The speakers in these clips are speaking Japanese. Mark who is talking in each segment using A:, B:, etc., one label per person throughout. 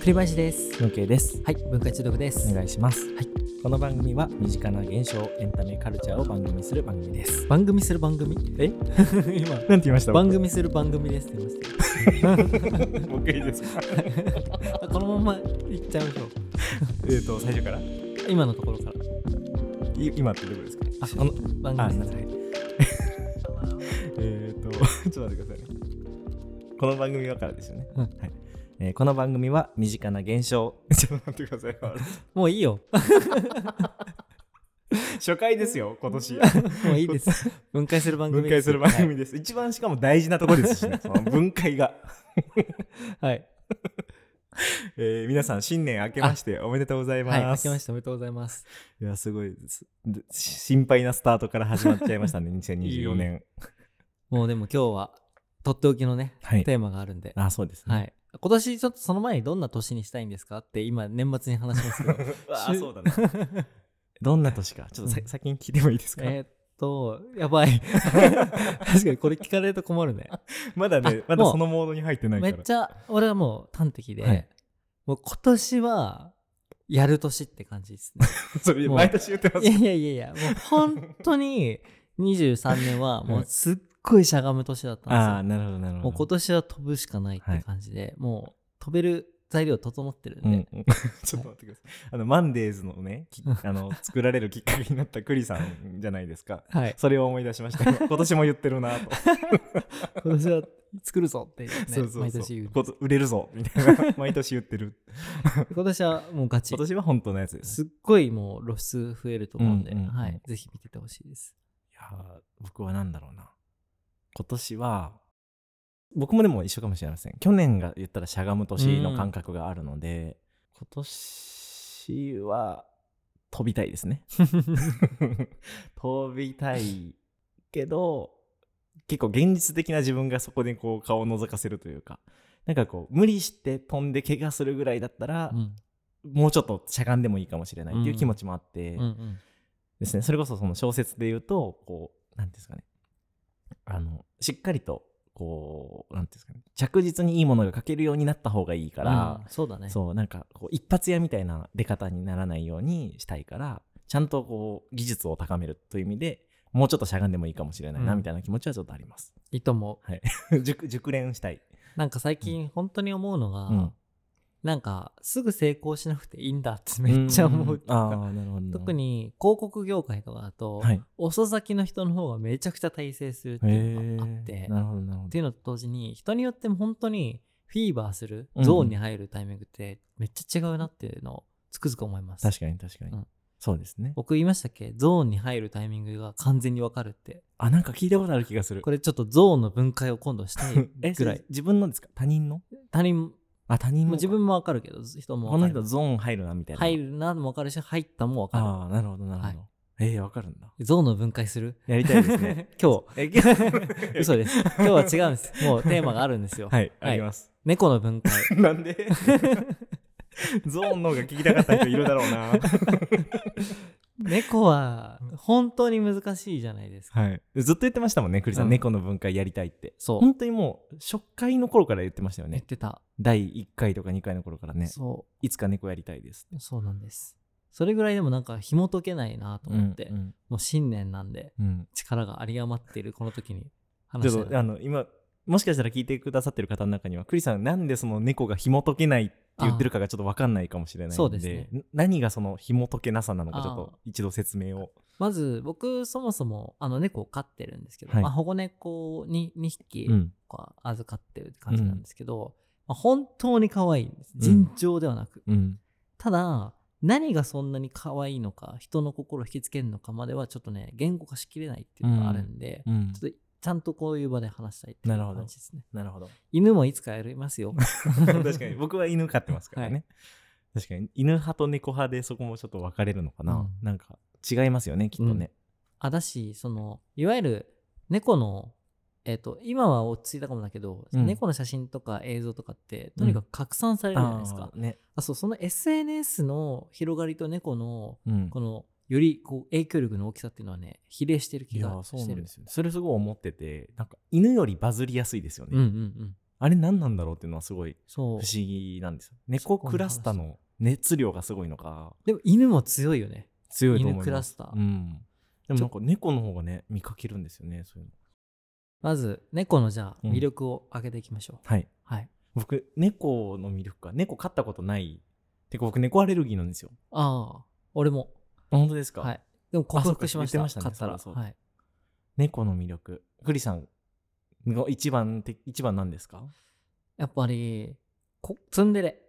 A: 栗林です。
B: のけいです
A: はい、文化中毒です。
B: お願いします、
A: はい、
B: この番組は身近な現象エンタメカルチャーを番組する番組です
A: 番組する番組
B: え
A: 今、
B: なんて言いました
A: 番組する番組ですって言いましたよ
B: 僕いいですか
A: あこのまま行っちゃいましょう。
B: えっと最初から
A: 今のところから。
B: 今ってどこですか
A: あ、
B: あの
A: 番
B: あ
A: 組
B: な
A: する。
B: えっと ちょっと待ってくださいねこの番組はからですよね、
A: うん
B: はいえーこの番組は身近な現象 ちょっと待ってください
A: もういいよ。
B: 初回です よ今年
A: もういい です。分解する番組
B: 分
A: です。
B: 解する番
A: は
B: 組です、一番しかも大事なとこですし、 ね、その分解が
A: い。はい。
B: えー皆さん新年明けましておめでとうございます。
A: はい。明けましておめでとうございます。
B: いやすごいですでし心配なスタートから始まっちゃいまし たね2024年。
A: もうでも今日は、とっておきのね、
B: はい
A: テーマがあるんで。
B: あそうですね。
A: はい。今年ちょっとその前にどんな年にしたいんですかって今年末に話し ますけど
B: うわあそうだね。 どんな年かちょっとさ、
A: うん
B: 先に聞いてもいいですか。
A: えーっとやばい 確かにこれ聞かれると困るね
B: まだね
A: あ
B: まだ
A: もう
B: そのモードに入ってないか
A: め
B: ら。
A: っちゃ俺はもう端的で、
B: はい
A: もう今年はやる年って感じですね
B: それ
A: もう
B: 毎年言ってま
A: い
B: す
A: や。いやいやいやもう本当に23年はもうすっごいしゃがむ年だったんですよ、
B: ああなるほどなるほど。
A: もう今年は飛ぶしかないって感じで、もう飛べる材料整ってるんで、
B: うん うんちょっと待ってください。あのマンデーズのね きあの作られるきっかけになったクリさんじゃないですか。
A: はい
B: それを思い出しま した。今年も言ってるなと。
A: 今年は作るぞって、ね、
B: そうそうそう
A: 毎年言う
B: こと売れるぞみたいな 毎年言ってる
A: 今年はもうガチ
B: 今年は本当のやつです
A: すっごいもう露出増えると思うんで、
B: うんうんうん
A: はい、ぜひ見ててほしいです。
B: いやー僕は何だろうな今年は僕もでも一緒かもしれません去年が言ったらしゃがむ年の感覚があるので、今年は飛びたいで すね飛びたいけど結構現実的な自分がそこでこう顔を覗かせるというかなんかこう無理して飛んで怪我するぐらいだったら、
A: うん
B: もうちょっとしゃがんでもいいかもしれないっていう気持ちもあって
A: うんうん
B: ですね、それこそその小説で言うとこう何ですかねあのしっかりとこう何ですかね着実にいいものが書けるようになった方がいいから
A: うん、そうだね。
B: そうなんかこう一発屋みたいな出方にならないようにしたいからちゃんとこう技術を高めるという意味でもうちょっとしゃがんでもいいかもしれないな、
A: うん
B: みたいな気持ちはちょっとあります。
A: いいと思う。
B: 熟熟練したい。
A: なんか最近本当に思うのが、
B: うん
A: なんかすぐ成功しなくていいんだってめっちゃ思うっていうか
B: あーなるほどな
A: 特、に広告業界とかだと、
B: はい、
A: 遅咲きの人の方がめちゃくちゃ大成するって
B: へ
A: いうのがあって、
B: え
A: っ
B: なるほどなるほど。
A: ていうのと同時に人によっても本当にフィーバーする
B: うんうん
A: ゾーンに入るタイミングってめっちゃ違うなっていうのをつくづく思います。
B: 確かに確かに、
A: うん
B: そうですね
A: 僕言いましたっけゾーンに入るタイミングが完全にわかるって
B: あなんか聞いたことある気がする
A: これちょっとゾーンの分解を今度したい
B: え
A: ぐらい
B: それ自分のですか他人の
A: 他人
B: あ他人
A: も
B: の
A: 自分もわかるけど人も
B: こ
A: わかる
B: の人ゾーン入るなみたいな
A: 入るなもわかるし入ったもわか
B: ああなるほどなるほど、えー、わかるんだ
A: るゾーンの分解する
B: やりたいです ね
A: 今
B: え今
A: 日嘘です今日は違うんですもうテーマがあるんですよ、
B: はい、あります
A: 猫の分解
B: なんで ゾーンの方が聞きたかった人いるだろうな
A: 猫は本当に難しいじゃないですか
B: はいずっと言ってましたもんねクリさん、
A: うん
B: 猫の分解やりたいって
A: そう
B: 本当にもう初回の頃から言ってましたよ
A: 言っ
B: ね
A: てた、
B: 第1回とか2回の頃からね
A: そ
B: いつか猫やりたいです
A: うそうなんですそれぐらいでもなんか紐解けないなと思って、
B: うん
A: もう新年なんで
B: うんうん、
A: 力が有り余っているこの時に
B: ち
A: 話した
B: ょ
A: い
B: っ
A: な
B: とあの今もしかしたら聞いてくださってる方の中にはクリさんなんでその猫が紐解けないって言ってるかがちょっと分かんないかもしれないんで
A: そうですね
B: な何がその紐解けなさなのかちょっ
A: あ
B: と一度説明を
A: まず僕そもそもあの猫を飼ってるんですけど、
B: はい
A: まあ、保護猫に2匹
B: うん
A: こう預かってるって感じなんですけど、まあ、本当に可愛いんです
B: ん
A: 尋常ではなく、
B: うん
A: ただ何がそんなに可愛いのか人の心を引きつけるのかまではちょっとね言語化しきれないっていうのがあるんで、
B: うん
A: ちょっとちゃんとこういう場で話したいっていう
B: なるほど
A: 感じですね
B: なる ほど
A: 犬もいつかやりますよ
B: 確かに僕は犬飼ってますからね、
A: は
B: 確かに犬派と猫派でそこもちょっと分かれるのかな、
A: うん
B: なんか違いますよねきっとね、
A: あ だしそのいわゆる猫のえっと今は落ち着いたかもだけど、
B: うん
A: 猫の写真とか映像とかってとにかく拡散されるじゃないですか、
B: あーね
A: あそうその SNS の広がりと猫の
B: うん
A: このよりこう影響力の大きさっていうのはね比例してる気
B: いや
A: が
B: ーそう
A: し
B: な
A: て
B: ん
A: る
B: ですよねそれすごい思っててなんか犬よりバズりやすいですよね、
A: うんうんうん
B: あれ何なんだろうっていうのはすごい不
A: そう
B: 思議なんですよ猫クラスターの熱量がすごいのか
A: でも犬も強いよね
B: 強いと思いま
A: 犬
B: す
A: クラスター
B: うん、でもなんか猫の方がね見かけるんですよねそういうの
A: まず猫のじゃあ
B: うん
A: 魅力を上げていきましょう、
B: はい
A: はい
B: 僕猫の魅力か猫飼ったことないてか僕猫アレルギーなんですよ
A: ああ俺も
B: あ本当ですか、
A: はいでも克服しました
B: あそうか
A: 勝
B: 言
A: っ
B: って
A: たら
B: ましたねそうだ
A: はい
B: 猫の魅力栗さんの一番って一番なんですか
A: やっぱりこツンデレ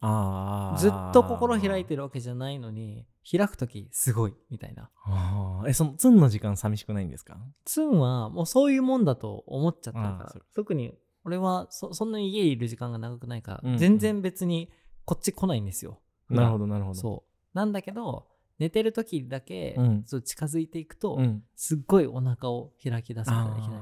B: ああ
A: ずっと心開いてるわけじゃないのに開く時すごいみたいな
B: あーえそのツンの時間寂しくないんですか
A: ツンはもうそういうもんだと思っちゃってるか
B: ああそ
A: ら
B: うか
A: 特に俺はそそんなに家いる時間が長くないから、
B: うんうん
A: 全然別にこっち来ないんですよ
B: なるほどなるほど
A: そうなんだけど寝てる時だけ、
B: うん
A: そう近づいていくと、
B: ん、
A: すっごいお腹を開き出すみたい
B: あ
A: ないきなり、
B: ー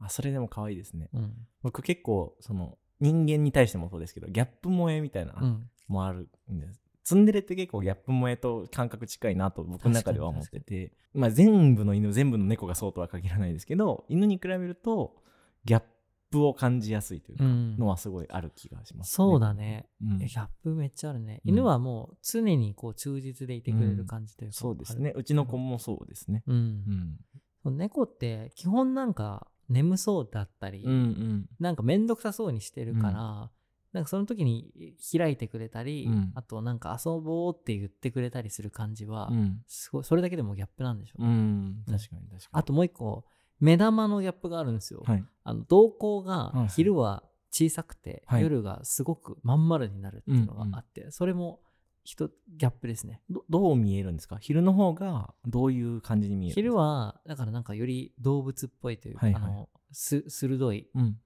B: あそれでも可愛いですね
A: うん
B: 僕結構その人間に対してもそうですけどギャップ萌えみたいな
A: うん、
B: もあるんです、ツンデレって結構ギャップ萌えと感覚近いなと僕の中では思ってて、まあ、全部の犬全部の猫がそうとは限らないですけど犬に比べるとギャップを感じやすいというか
A: うん
B: のはすごいある気がします、
A: そうだ、ね、
B: うん
A: えギャップめっちゃあるね、
B: うん
A: 犬はもう常にこう忠実でいてくれる感じというか、
B: そうですねうちの子もそうですね、
A: うん、
B: うん、
A: そう猫って基本なんか眠そうだったり、
B: うん
A: なんかめんどくさそうにしてるから、
B: うん
A: なんかその時に開いてくれたり、
B: うん
A: あとなんか遊ぼうって言ってくれたりする感じは、
B: うん
A: すごいそれだけでもギャップなんでしょうね、
B: うん確かに確かに
A: あともう一個目玉のギャップがあるんですよ、
B: はい
A: あの瞳孔
B: いは
A: が
B: い
A: 昼は小さくて、
B: はい
A: 夜がすごくまん丸になるっていうのがあって、それも一ギャップですね
B: どどう見えるんですか昼の方がどういう感じに見える
A: 昼
B: は、
A: はだからなんかより動物っぽいというか、
B: はいはい
A: あのす鋭い
B: うん、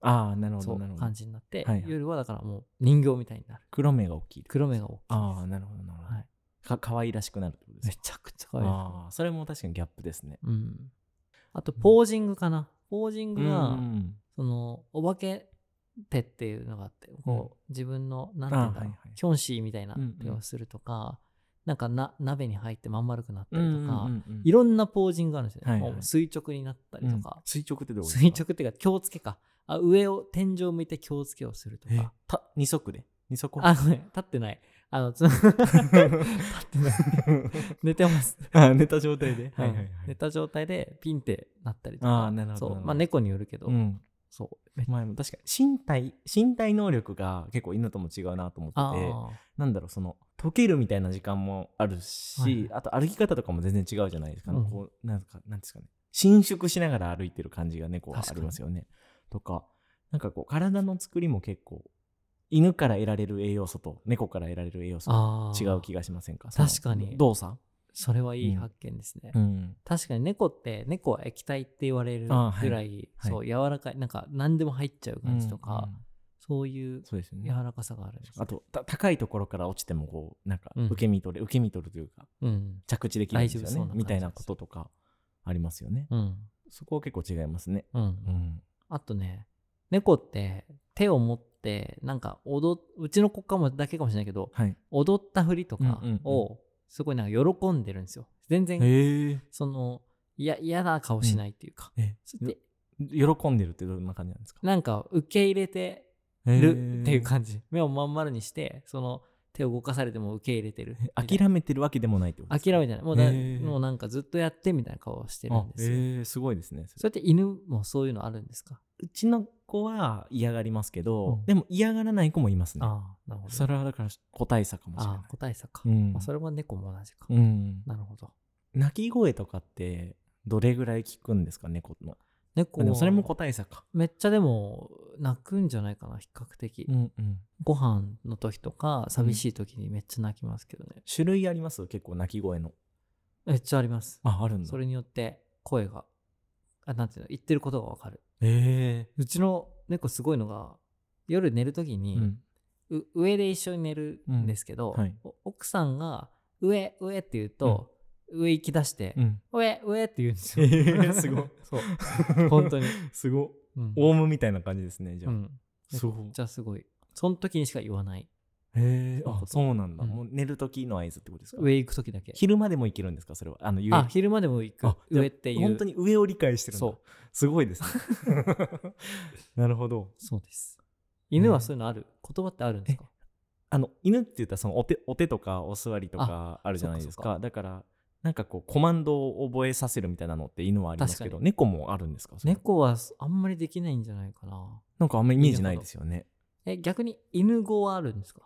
B: ああなるほ
A: そ
B: ど
A: う
B: なるほど
A: 感じになって、
B: はいはい
A: 夜はだからもう人形みたいになる
B: 黒目が大きい
A: 黒目が大きい
B: ああなるほどなるほど、
A: はい
B: か可愛らしくなるってことです
A: め
B: ね
A: ちゃくちゃ可愛いです
B: ああそれも確かにギャップですね
A: うん、あとポージングかな、ポージングが、
B: うん
A: そのお化け手っていうのがあってこう、自分のなんていうんだろう、
B: あはいはい
A: キョンシーみたいな
B: うんうん
A: 手をするとか、なんかな鍋に入ってまん丸くなった
B: うん
A: り
B: う
A: とか、
B: んうん
A: いろんなポージングがあるんですよね、
B: はいはい
A: もう垂直になったりと
B: う
A: か
B: ん、垂直ってどういうこと
A: 垂直っていうか強つけかあ上を天井向いて強つけをすると
B: え
A: か
B: た二足で二足歩行
A: あごめん立ってないあのつ立ってない寝てます
B: あ寝た状態で、
A: うん寝た状態でピンってなったりと
B: あ
A: か
B: ーなるほど
A: そう
B: なるほど
A: まあ猫によるけど、
B: うん
A: そうめっち
B: まあ、確かに身体身体能力が結構犬とも違うなと思
A: ゃ
B: っててなんだろうその溶けるみたいな時間もあるし、
A: はい
B: あと歩き方とかも全然違うじゃないですか、
A: うん
B: こうなんかなんですかね伸縮しながら歩いてる感じが猫はありますよねとかなんかこう体の作りも結構犬から得られる栄養素と猫から得られる栄養素が
A: あー
B: 違う気がしませんか
A: 確
B: その
A: かに
B: 動作、
A: それはいい
B: うん
A: 発見ですね、
B: うん、
A: 確かに猫って猫は液体って言われるぐ
B: あはい
A: らい、
B: はい
A: そう柔らかいなんか何でも入っちゃう感じとか、
B: うんうん
A: そういう
B: そうですよ
A: 柔
B: ね
A: らかさがあるんですね
B: あとた高いところから落ちてもこうなんか
A: うん
B: 受け身取れ、受け身取るというか
A: うん
B: 着地できるんですよ
A: 大丈夫そう
B: ね
A: な感じ
B: みたいなこととかありますよね、
A: うん
B: そこは結構違いますね
A: うん、
B: うん
A: あとね猫って手を持ってなんか踊っうちの子かもだけかもしれないけど
B: はい
A: 踊ったふりとか
B: うんうんうん
A: をすごいなんか喜んでるんですよ全然
B: へえ
A: そのいや嫌な顔しないっていうか、
B: え
A: で
B: 喜んでるってどんな感じなんですか
A: なんか受け入れてるっていう感じ、目をまん丸にしてその手を動かされても受け入れてる
B: へー
A: みたい
B: 諦めてるわけでもないってこと
A: な
B: です
A: 諦めてないもうだ、
B: へー
A: もうなんかずっとやってみたいな顔をしてるんですよ、
B: あへーすごいですねそれ
A: そうやって犬もそういうのあるんですか、
B: うちの子は嫌がりますけ
A: う
B: ど、
A: ん
B: でも嫌がらない子もいますね
A: ああなるほど
B: それはだから個体差かもしれない
A: ああ個体差か、
B: うん
A: まあ、それは猫も同じか、
B: うん
A: なるほど
B: 鳴き声とかってどれぐらい聞くんですか猫の
A: 猫
B: あでも
A: は
B: それも個体差か
A: めっちゃでも泣くんじゃないかな比較的、
B: うんうん
A: ご飯の時とか寂しい時にめっちゃ泣きますけどね、
B: 種類あります結構鳴き声の
A: めっちゃあります
B: ああるんだ
A: それによって声があなんていうの言ってることがわかる
B: へえ
A: うちの猫すごいのが夜寝るとき
B: う
A: に、
B: ん
A: う上で一緒に寝るんですけど、
B: うんはい
A: お奥さんが上上って言うと、上行き出して、
B: うん
A: 上上って言うんです
B: え
A: よ、
B: ーすごい
A: そう 本当に
B: すごい
A: うん
B: オウムみたいな感じですねじゃ
A: う
B: あ、
A: ん、めっ
B: そう
A: ちゃすごいその時にしか言わない
B: へえあそうなんだ、
A: うん
B: もう寝る時の合図ってことですか
A: 上行く時だけ
B: 昼までもいけるんですかそれはあのゆえ
A: あ昼間でも行く
B: あじゃあ
A: 上っていう
B: 本当に上を理解してるんだ
A: そう
B: すごいですね なるほど
A: そうです犬はそういうのある、言葉ってあるんですか
B: あの犬って言ったらそのお手お手とかお座りとかあるじゃないですか
A: そっかそ
B: だからなんかこうコマンドを覚えさせるみたいなのって犬はありますけ
A: 確
B: ど
A: か
B: 猫もあるんですかそれ
A: 猫はあんまりできないんじゃないかな
B: なんかあんまイメージないですよね
A: え逆に犬語はあるんですか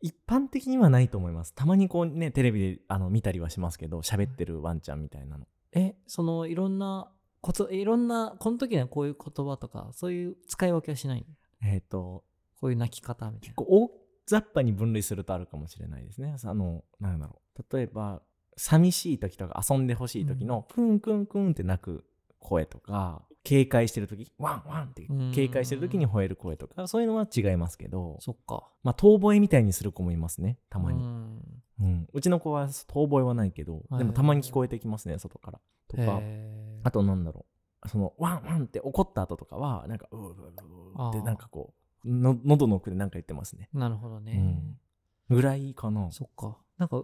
B: 一般的にはないと思いますたまにこうねテレビであの見たりはしますけど喋ってるワンちゃんみたいなの
A: えそのいろんなこといろんなこの時にはこういう言葉とかそういう使い分けはしないの
B: えっ、と
A: こういう泣き方みたい
B: 結
A: な
B: 構大雑把に分類するとあるかもしれないですねあのなんだろう例えば寂しい時とか遊んでほしい時のクンクンクンって鳴く声とか警戒してる時ワンワンって
A: うん
B: 警戒してる時に吠える声とかそういうのは違いますけど
A: そっか
B: まあ遠吠えみたいにする子もいますねたま
A: う
B: に、
A: ん
B: うんうちの子は遠吠えはないけど
A: はい
B: でもたまに聞こえてきますね外からとか
A: へー
B: あとなんだろうそのワンワンって怒った後とかはなんかうーうーうーうーって
A: あー
B: なんかこうの喉の奥でなんか言ってますね
A: なるほどね、
B: ぐらいかな。
A: そっかなんか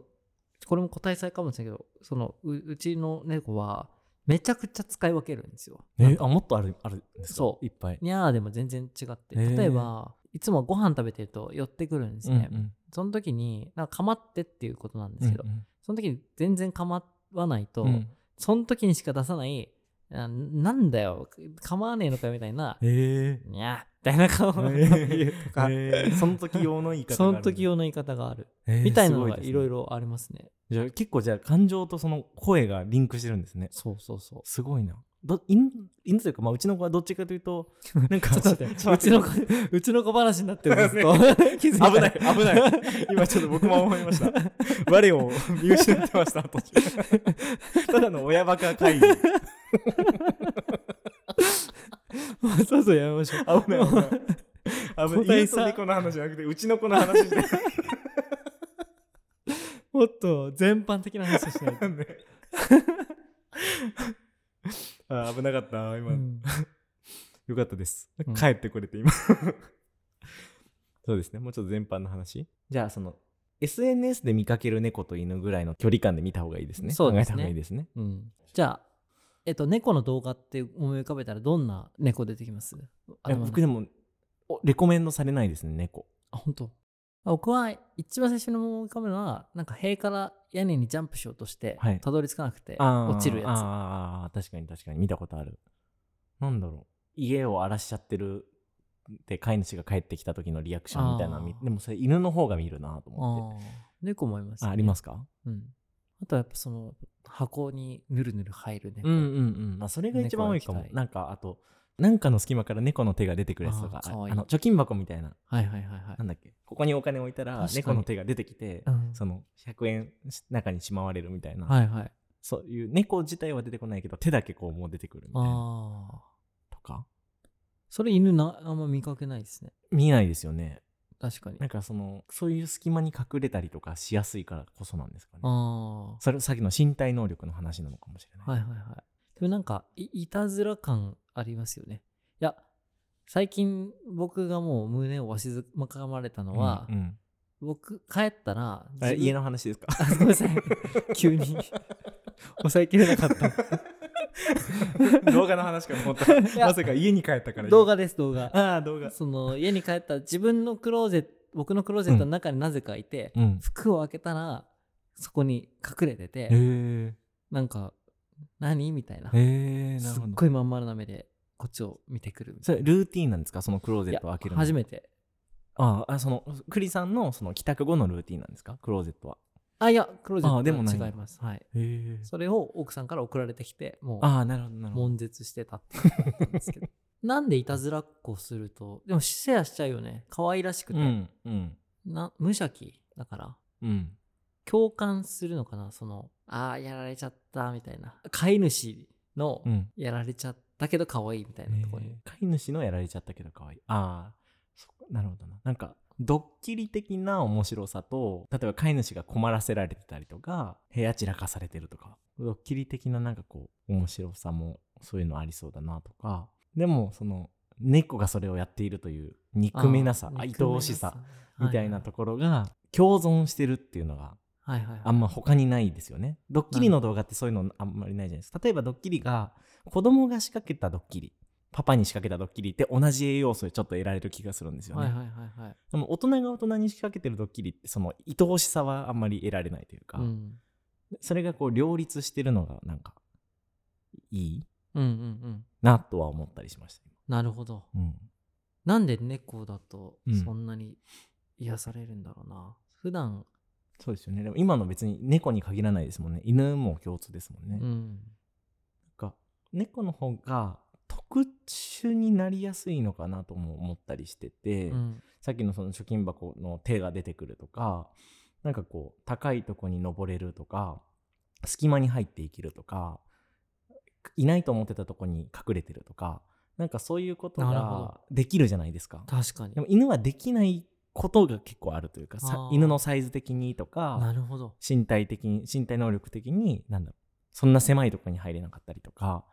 A: これも個体差かもしれないけどそのううちの猫はめちゃくちゃ使い分けるんですよ
B: えあもっとあるあるんですか
A: そう
B: いっぱい。
A: にゃーでも全然違って
B: へー
A: 例えばいつもご飯食べてると寄ってくるんですね、
B: うんうん
A: その時になんか構ってっていうことなんですけど、その時に全然構わないと、
B: うんうん
A: その時にしか出さないあなんだよ構わねえのかよみたいな
B: え
A: にゃーみたいな顔を言うと
B: ー
A: か、
B: えーその時用の言い方があ
A: その
B: るんだ
A: 時用の言い方がある、
B: えー
A: みたいな
B: す
A: の
B: ご
A: が
B: ですね
A: いろいろありますね
B: じゃあ結構じゃあ感情とその声がリンクしてるんですね。
A: そうそうそう
B: すごいな。ど犬犬というか、まあ、うちの子はどっちかというと、 なんか、
A: ちょっと待って、うちの 子、うちの子話になってるずっと。 気づ
B: 危ない、
A: た
B: 危ない。今ちょっと僕も思いま した。我を見失ってました、 途中。ただの親バカ会議。
A: もうそろそろやめましょう。
B: 危ない危ない危ない
A: 個体
B: 犬
A: 差
B: と猫の話じゃなくてうちの子の話 で
A: もっと全般的な話をしないと。
B: あー危なかった今、
A: うん
B: よかったです、
A: うん
B: 帰ってこれて今そうですねもうちょっと全般の話じゃあその SNS で見かける猫と犬ぐらいの距離感で見た方がいいですね
A: そうですね
B: 考えた方がいいですね
A: うんじゃあ、えっと、猫の動画って思い浮かべたらどんな猫出てきます
B: いや
A: 頭の
B: 僕でもおレコメンドされないですね猫
A: あ、本当。あ僕は一番最初に思い浮かべるのは、なんか塀から屋根にジャンプしようとして
B: はい、
A: たどり着かなくて落ちる
B: あー
A: や
B: あーあー確かに確かに見たことあるなんだろう家を荒らしちゃってるって飼い主が帰ってきた時のリアクションみたいなの見
A: あー
B: でもそれ犬の方が見るなと
A: つ。
B: 思っ
A: あー猫もいます、。
B: てあありますすか
A: うん。あとはやっぱその箱にぬるぬる入る猫。
B: うんまあそれが一番多いか
A: 猫
B: も
A: が来たい
B: なんかあとなんかの隙間から猫の手が出てくるやつとか
A: あーかわいい
B: あの貯金箱みたいな
A: はいはいはいはい
B: なんだっけここにお金置いた
A: 確
B: ら
A: かに
B: 猫の手が出てきて
A: うん
B: その100円し中にしまわれるみたいな、
A: はいはい。
B: そういう猫自体は出てこないけど手だけこうもう出てくるみたいな
A: ああ。
B: とか
A: それ犬なあんま見かけないですね。
B: 見ないですよね
A: 確かに。
B: なんかそのそういう隙間に隠れたりとかしやすいからこそなんですか
A: あ
B: ね。
A: あ。は
B: それさっきの身体能力の話なのかもしれない。
A: いはいはい。でもなんかい、いたずら感ありますよね。いや、最近僕がもう胸をわしづかまれたのは、
B: うんうん
A: 僕帰ったら、
B: あ
A: 自分
B: 家の話ですか
A: あごめんなさ い。急に。抑えきれなかった。
B: 動画の話かと思ったら
A: いや
B: まさか家に帰ったから
A: 動画です、動画。
B: ああ動画
A: その家に帰ったら自分のクローゼット、僕のクローゼットの中になぜかいて、
B: うん
A: 服を開けたら、そこに隠れてて、
B: へえ
A: なんか、何みたいな。
B: へえな
A: す
B: る
A: っ
B: ほど
A: ごいまん丸な目で、こっちを見てくるみた
B: そ
A: い
B: れルーティンなんですかそのクローゼ
A: な。
B: ットを開ける
A: いや初
B: め
A: めて。
B: あああその栗さんのその帰宅後のルーティンなんですかクローゼットは
A: あ、いや、クローゼット
B: あでもない
A: は違います。はい。
B: へえ
A: それを奥さんから送られてきて、もう、
B: ああなるほどなるほど
A: 悶絶してたっていうことなん ですけど。なんでいたずらっ子すると、でもシェアしちゃうよね。可愛らしく
B: う
A: て。
B: んうん
A: な無邪気だから、
B: うん
A: 共感するのかな、その、ああ、やられちゃった、みたいな。飼い主の、
B: うん
A: やられちゃったけど可愛いみたいなところに。
B: えー飼い主のやられちゃったけど可愛いああそうなるほどななんかドッキリ的な面白さと例えば飼い主が困らせられてたりとか部屋散らかされてるとかドッキリ的ななんかこう面白さもそういうのありそうだなとかでもその猫がそれをやっているという憎めなさ
A: あー
B: 愛おしさみたいな
A: と
B: ところが共存してるっていうのが
A: はいはいはい
B: あんま他にないですよね。ドッキリの動画ってそういうのあんまりないじゃないですか。例えばドッキリが子供が仕掛けたドッキリ、パパに仕掛けたドッキリって同じ栄養素でちょっと得られる気がするんですよね。
A: はいはいはいはい
B: でも大人が大人に仕掛けてるドッキリってその愛おしさはあんまり得られないというか、
A: うん
B: それがこう両立してるのがなんかいい
A: うんうんうん
B: なとは思ったりしました。
A: なるほど
B: うん、
A: なんで猫だと
B: うん
A: そんなに癒されるんだろうな、普段、
B: そうですよね。でも今の別に猫に限らないですもんね。犬も共通ですもんね。
A: うん
B: か猫の方が特殊になりやすいのかなとも思ったりしてて、
A: うん
B: さっきのその貯金箱の手が出てくるとかなんかこう高いとこに登れるとか隙間に入っていけるとかいないと思ってたとこに隠れてるとかなんかそういうこと
A: なるほど
B: ができるじゃないですか。
A: 確かに
B: でも犬はできないことが結構あるというかさ
A: あー
B: 犬のサイズ的にとか
A: なるほど
B: 身体的に身体能力的になんだろうそんな狭いとこに入れなかったりとか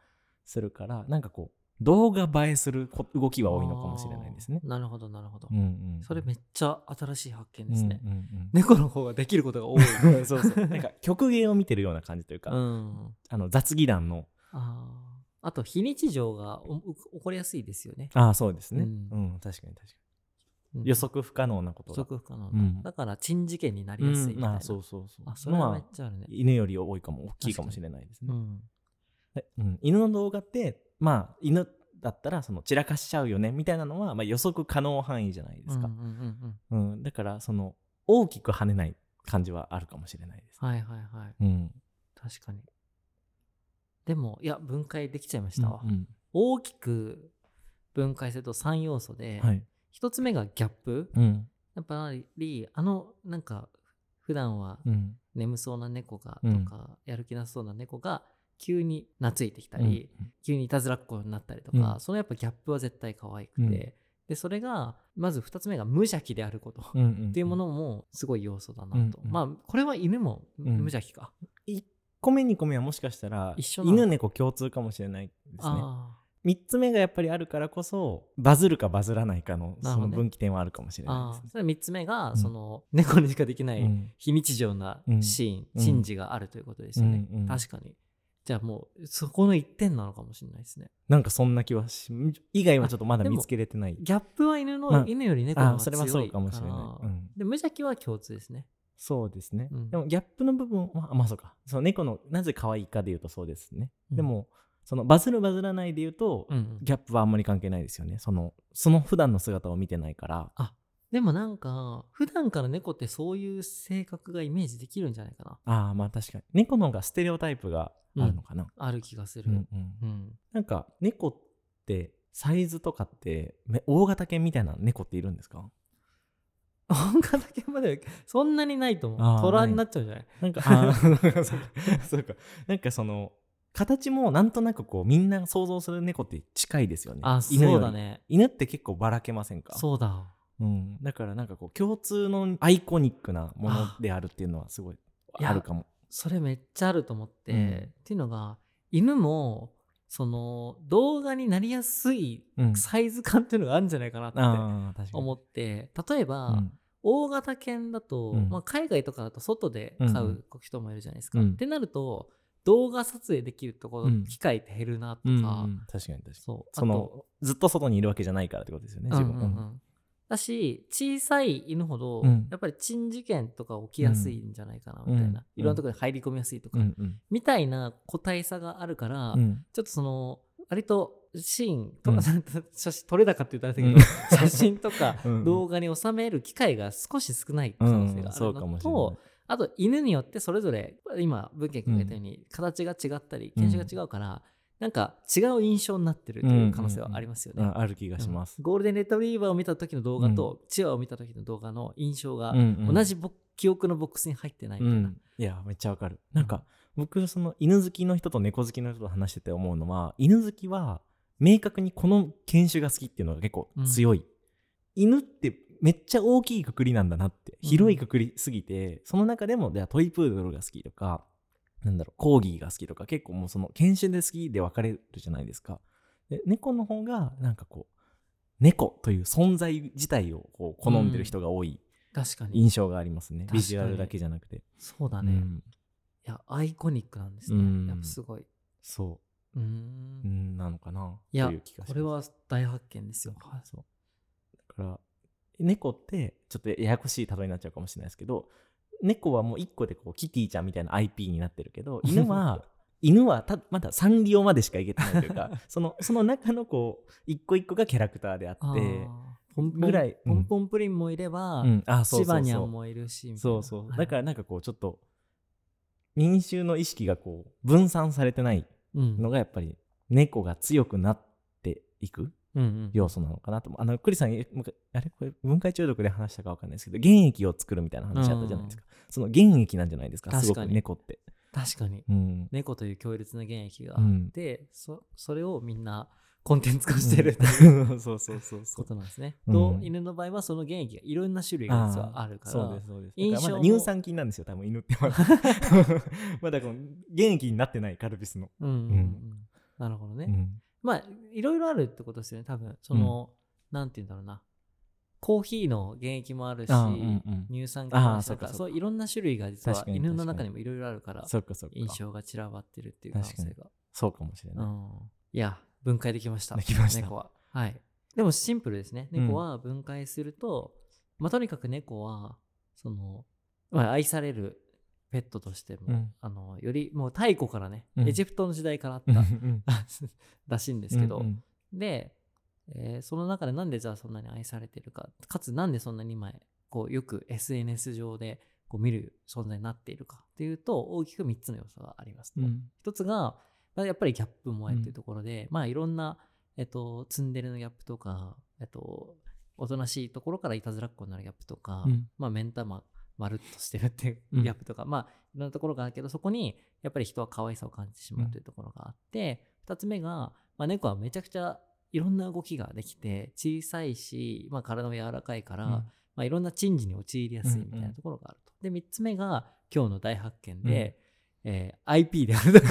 B: するからなんかこう動画映えするこ動きは多いのかもしれないですね
A: あ。ーなるほどなるほど、
B: うんうんうん、
A: それめっちゃ新しい発見ですね、
B: うんうん
A: 猫の方ができることが多い、
B: う ん そうそうなんか曲芸を見てるような感じというか、
A: うん、
B: あの雑技団の
A: あーあと非日常がお起こりやすいですよね、
B: ああそうですね、
A: う
B: うんん確かに確か
A: うん
B: に予測不可能なこと
A: 不
B: が
A: 足不可能な、
B: うん
A: だから珍事件になり
B: う
A: やすいみたい
B: ん
A: な、
B: ああそうそうそう
A: あそれはめっ
B: まあ
A: ちゃあるね、
B: 犬より多いかも大きいかもしれないです
A: う、
B: ね
A: ん、
B: でうん、犬の動画ってまあ犬だったらその散らかしちゃうよねみたいなのは、まあ、予測可能範囲じゃないですか
A: うん、うんうんうん
B: うんだからその大きく跳ねない感じはあるかもしれないです、
A: はいはいはい
B: うん、
A: 確かにでもいや分解できちゃいましたわ、
B: うんうん
A: 大きく分解すると3要素で、
B: はい、
A: 1つ目がギャップ
B: うん
A: やっぱりあのなんか普段は
B: うん
A: 眠そうな猫が
B: うん
A: とか、やる気なさそうな猫が急に懐いてきたり、
B: うん
A: 急にいたずらっ子になったりとか、
B: うん
A: そのやっぱギャップは絶対可愛くて、
B: うん
A: でそれがまず2つ目が無邪気であること、
B: うんうん
A: っていうものもすごい要素だなと、
B: うんうん
A: まあこれは犬も無
B: うん
A: 邪気か、
B: 1個目2個目はもしかしたら
A: 一緒なの
B: 犬猫共通かもしれないですね
A: あ
B: 3つ目がやっぱりあるからこそバズるかバズらないかの
A: なる
B: そ
A: ほど
B: の
A: ね
B: 分岐点はあるかもしれ
A: ーあ
B: ない
A: ー
B: です
A: それ3つ目が、
B: うん
A: その猫にしかできない、
B: ねうん
A: 非日常なシーン、
B: うん
A: 珍事があるということですよね、
B: うんうん
A: 確かにじゃあもうそこの一点なのかもしれないですね
B: なんかそんな気はし以外はちょっとま
A: あ
B: だ
A: でも
B: 見つけれてない
A: ギャップは犬の、
B: まあ
A: 犬より猫の
B: あ
A: 方が
B: そ
A: 強い
B: れ
A: か
B: は
A: ら
B: そうかもしれない、うん、
A: で無邪気は共通ですね
B: そうですね、
A: うん
B: でもギャップの部分はあまあそうかその猫のなぜ可愛いかでいうとそうですね、
A: うん
B: でもそのバズるバズらないでいうと、
A: うんうん
B: ギャップはあんまり関係ないですよねそのその普段の姿を見てないから
A: でもなんか普段から猫ってそういう性格がイメージできるんじゃないかな
B: ああまあ確かに猫の方がステレオタイプがあるのかな、
A: ある気がす
B: う
A: る
B: んうん
A: うん、
B: なんか猫ってサイズとかってめ大型犬みたいな猫っているんですか
A: 本家だけまではそんなにないと思
B: あ
A: う
B: ー
A: 虎
B: ない
A: になっちゃうんじゃない
B: なんかあー そうかそうかなんかその形もなんとなくこうみんな想像する猫って近いですよね
A: あ
B: 犬より
A: そうだね
B: 犬って結構ばらけませんか
A: そうだ
B: うん、だからなんかこう共通のアイコニックなものであるっていうのはすごい
A: いや
B: あるかも。
A: それめっちゃあると思って、
B: うん
A: っていうのが犬もその動画になりやすい
B: うん、
A: サイズ感っていうのがあるんじゃないかなって
B: ああ確かに。
A: 思って例えば、
B: うん
A: 大型犬だと、
B: うん
A: まあ、海外とかだと外で飼う人もいるじゃないですか。
B: う
A: っ
B: ん
A: てなると動画撮影できるところ、
B: うん
A: 機会って減るなとか、
B: うんうん確かに確かに。
A: そうあ
B: その
A: と
B: ずっと外にいるわけじゃないからってことですよね自分。
A: うんうんうんだし小さい犬ほど、
B: うん
A: やっぱり珍事件とか起きやすいんじゃないかなみたいな、
B: うん
A: いろんなところに入り込みやすいとか、
B: うんうん
A: みたいな個体差があるから、
B: うん
A: ちょっとその割とシーンと
B: う
A: か、
B: ん
A: 写真撮れ高って言ったらあれだけ ど、写真とか
B: うん
A: 動画に収める機会が少し少ない可
B: う
A: 能性
B: ん
A: があ
B: そ
A: る
B: うか
A: の
B: もしれ
A: と、
B: ない。
A: あと犬によってそれぞれ今文献君が言ったように形が違ったり犬種が違うから、なんか違う印象になってるという可能性はありますよね。
B: あある気がします
A: うん。ゴールデンレトリーバーを見た時の動画と、チワワを見た時の動画の印象が
B: うんうん
A: 同じボ記憶のボックスに入ってないみ
B: う
A: たいな。
B: ん、いやめっちゃわかるなんか僕その犬好きの人と猫好きの人と話してて思うのは犬好きは明確にこの犬種が好きっていうのが結構強い、犬ってめっちゃ大きいくくりなんだなって
A: うん
B: 広いくくりすぎて、その中でもじゃあトイプードルが好きとかなんだろうコーギーが好きとか結構もうその犬種で好きで分かれるじゃないですかで猫の方がなんかこう猫という存在自体をこう好んでる人が多い
A: 確かに
B: 印象がありますね、
A: 確かに
B: ビジュアルだけじゃなくて。
A: そうだ
B: う
A: ね、い
B: ん
A: やアイコニックなんですね、
B: うん
A: やっぱすごい
B: そう
A: ー
B: う、うんん、なのかなと
A: い
B: い
A: や
B: う気がします
A: これは大発見ですよはい
B: そうだから猫ってちょっとややこしい例えになっちゃうかもしれないですけど猫はもう1個でこうキティちゃんみたいな IP になってる けど犬は犬はたまだサンリオまでしかいけてないとい うかそのその中のこう一個一個がキャラクターであ
A: あ
B: っ
A: ー
B: て
A: ポンポン
B: ぐらい
A: ポンポンプリンもいれば、
B: うん、あそう
A: シ
B: そ
A: バ
B: う
A: ニャ
B: そ
A: ン
B: う
A: もいるしみたい
B: そ
A: な、
B: うそうだかららなんかこうちょっと民衆の意識がこう分散されてない
A: うん、
B: のがやっぱり猫が強くなっていく
A: うんうん
B: 要素なのかなと思うあの、クリさん、えむかあれこれ分解中毒で話したかわかんないですけど、原液を作るみたいな話あったじゃないですか。その原液なんじゃないですか、
A: 確
B: す
A: かに
B: ごく猫って。
A: 確かに
B: うん。
A: 猫という強烈な原液が
B: う
A: あっ
B: ん、
A: て、そそれをみんなコンテンツ化してるっていう
B: うんそうそうそう そ
A: こ
B: う。
A: となんですね。
B: うん
A: と犬の場合はその原液がいろんな種類が実は
B: ー
A: あるから
B: そうです、そうです。
A: 印象
B: だからまだ
A: も
B: 乳酸菌なんですよ、多分犬って まだ。まだこの原液になってないカルピスの。
A: うんうんうんなるほどね。
B: うん
A: まあいろいろあるってことですよね多分その、なんて言うんだろうなコーヒーの原液もあるし、
B: あーうんうん
A: 乳酸菌もあ
B: あ
A: る
B: ー
A: し
B: そ
A: なん
B: っ
A: か
B: かそっか
A: そういろんな種類が実は
B: 確かに
A: 犬の
B: 確かに
A: 中にもいろいろあるから
B: そっかそっか。
A: 印象が散らばってるっていう可能性が。
B: そうかもしれ
A: う
B: ない。
A: ん、いや分解できました
B: できました
A: 猫ははいでもシンプルですね
B: うん
A: 猫は分解すると、まあ、とにかく猫はその、まあ、愛されるペットとしても、
B: うん
A: あのよりもう太古からね、
B: うん
A: エジプトの時代からあっ
B: うんう
A: た
B: ん
A: らしいんですけど、
B: うん
A: で、えーその中でなんでじゃあそんなに愛されてるかかつなんでそんなに今こうよく SNS 上でこう見る存在になっているかっていうと大きく3つの要素がありますと、
B: うんうん
A: 一つが、まあ、やっぱりギャップ萌えっていうところで、まあいろんな、えっと、ツンデレのギャップとか、えっと、おとなしいところからいたずらっ子になるギャップとか、
B: うん
A: まあ目ん玉まるっとしてるっていう
B: うん
A: ギャップとか、まあいろんなところがあるけどそこにやっぱり人は可愛さを感じてしまうというところがあって、二つ目が、まあ、猫はめちゃくちゃいろんな動きができて小さいし、まあ、体も柔らかいから、
B: うん
A: まあ、いろんな珍事に陥りやすいみたいなところがあると。で3つ目が今日の大発見で、えー IP であ ると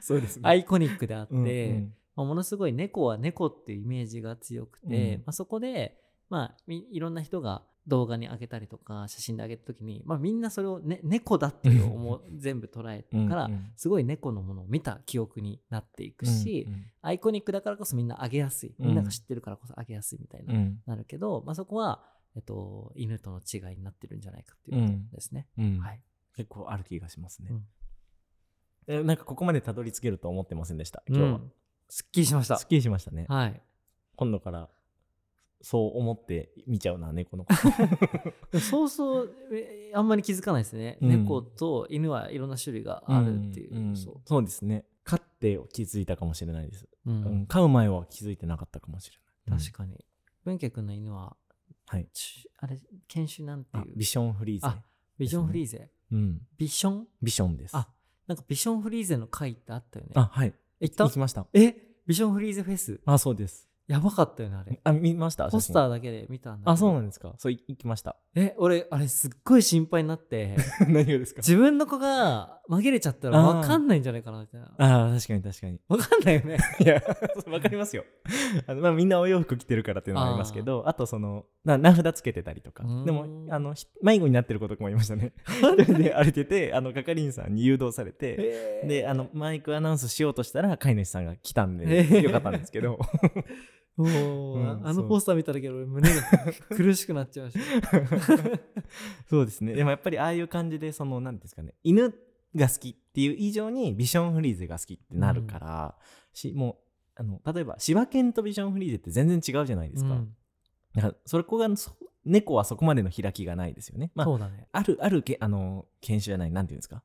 B: そうですね。
A: アイコニックであって、
B: うんうん
A: まあ、ものすごい猫は猫っていうイメージが強くて、
B: うん
A: まあ、そこで、まあ、みいろんな人が動画に上げたりとか写真で上げた時に、まあ、みんなそれを、ね、猫だっていう思う全部捉えたから、
B: うんうん
A: すごい猫のものを見た記憶になっていくし、
B: うんうん
A: アイコニックだからこそみんな上げやすい、
B: うん
A: みんなが知ってるからこそ上げやすいみたいな、
B: うん
A: なるけど、まあ、そこは、えっと、犬との違いになってるんじゃないかっていううんことですね。
B: うん
A: はい、
B: 結構ある気がしますね
A: うん。
B: えなんかここまでたどり着けると思ってませんでした、今日は。
A: うんすっきりしました
B: すっ。きりしましたね。
A: はい、
B: 今度からそう思って見ちゃうな、猫のこと。
A: でもそうそうえあんまり気づかないですね、
B: うん
A: 猫と犬はいろんな種類 があるっていう、
B: んん
A: そ
B: そうですね。飼って気づいたかもしれないです。
A: う、うん
B: うん飼う前は気づいてなかったかもしれない。
A: 確かに文家君の犬は
B: はい
A: ちあれ犬種なんてい
B: うん
A: う
B: あビションフリーズね
A: あ。ビジョンフリーゼ、
B: うん。
A: ビション
B: ビションです。
A: あなんかビションフリーゼの会ってあったよね
B: あはい。
A: 行った
B: 行きました。
A: えビションフリーゼフェス
B: あ、そうです。
A: やばかったよねあれ
B: あ、見ました
A: ポスタ
B: ー。
A: ーだけで見たんだけど
B: あ、そうなんですか。そう、い行き ました。
A: え俺あれすっごい心配になって
B: 何がですか
A: 自分の子が紛れちゃったら分かんないんじゃないかなみたいな
B: あー確かに確かに。
A: 分かんないよね
B: いや、わかりますよ。 あのまあ、みんなお洋服着てるからっていうのもありますけど、あとその、な名札つけてたりとか
A: うー、ん
B: でも、あの、ひ迷子になってる子とかもいましたね。 一人 で歩いてて、あの、係員さんに誘導されて、で、あの、マイクアナウンスしようとしたら、飼い主さんが来たん
A: へえ
B: で、よかったんですけ ど、
A: もう、
B: うん
A: あ
B: そ
A: の
B: う
A: ポスター見ただけで俺胸 が苦しくなっちゃいました。
B: そうですね。でもやっぱりああいう感じで、その、なんていうんですかね、犬が好きっていう以上に、ビションフリーゼが好きってなるから、し、もう、あの例えば柴犬とビションフリーゼって全然違うじゃないですか、
A: うん
B: だからそれこがそ猫はそこまでの開きがないですよね。まあ、
A: そうだね。
B: あるあるけあの犬種じゃないなんていうんですか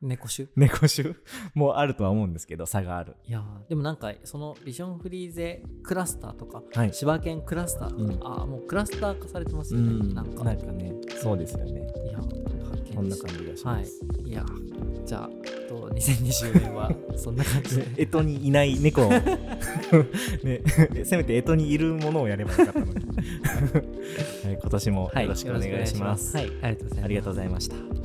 A: 猫種
B: 猫種もあるとは思うんですけど差がある。
A: いやーでもなんかそのビジョンフリーゼクラスターとか、
B: はい
A: 柴犬クラスターとか、
B: うん
A: ああもうクラスター化されてます
B: う
A: よね、
B: ん
A: な
B: なんん
A: か
B: かねそうですよね。
A: いやー発
B: こ
A: 見で
B: んな
A: し
B: 感じがした
A: は
B: ま
A: い
B: す。
A: いやーじゃあ、えっと、2020年はそんな感じで
B: えとにいない猫をね、せめてえとにいるものをやればよかったのに、はい、今年も
A: はい
B: よろしくお願いします。
A: はいありがとうございます
B: ありがとうございました。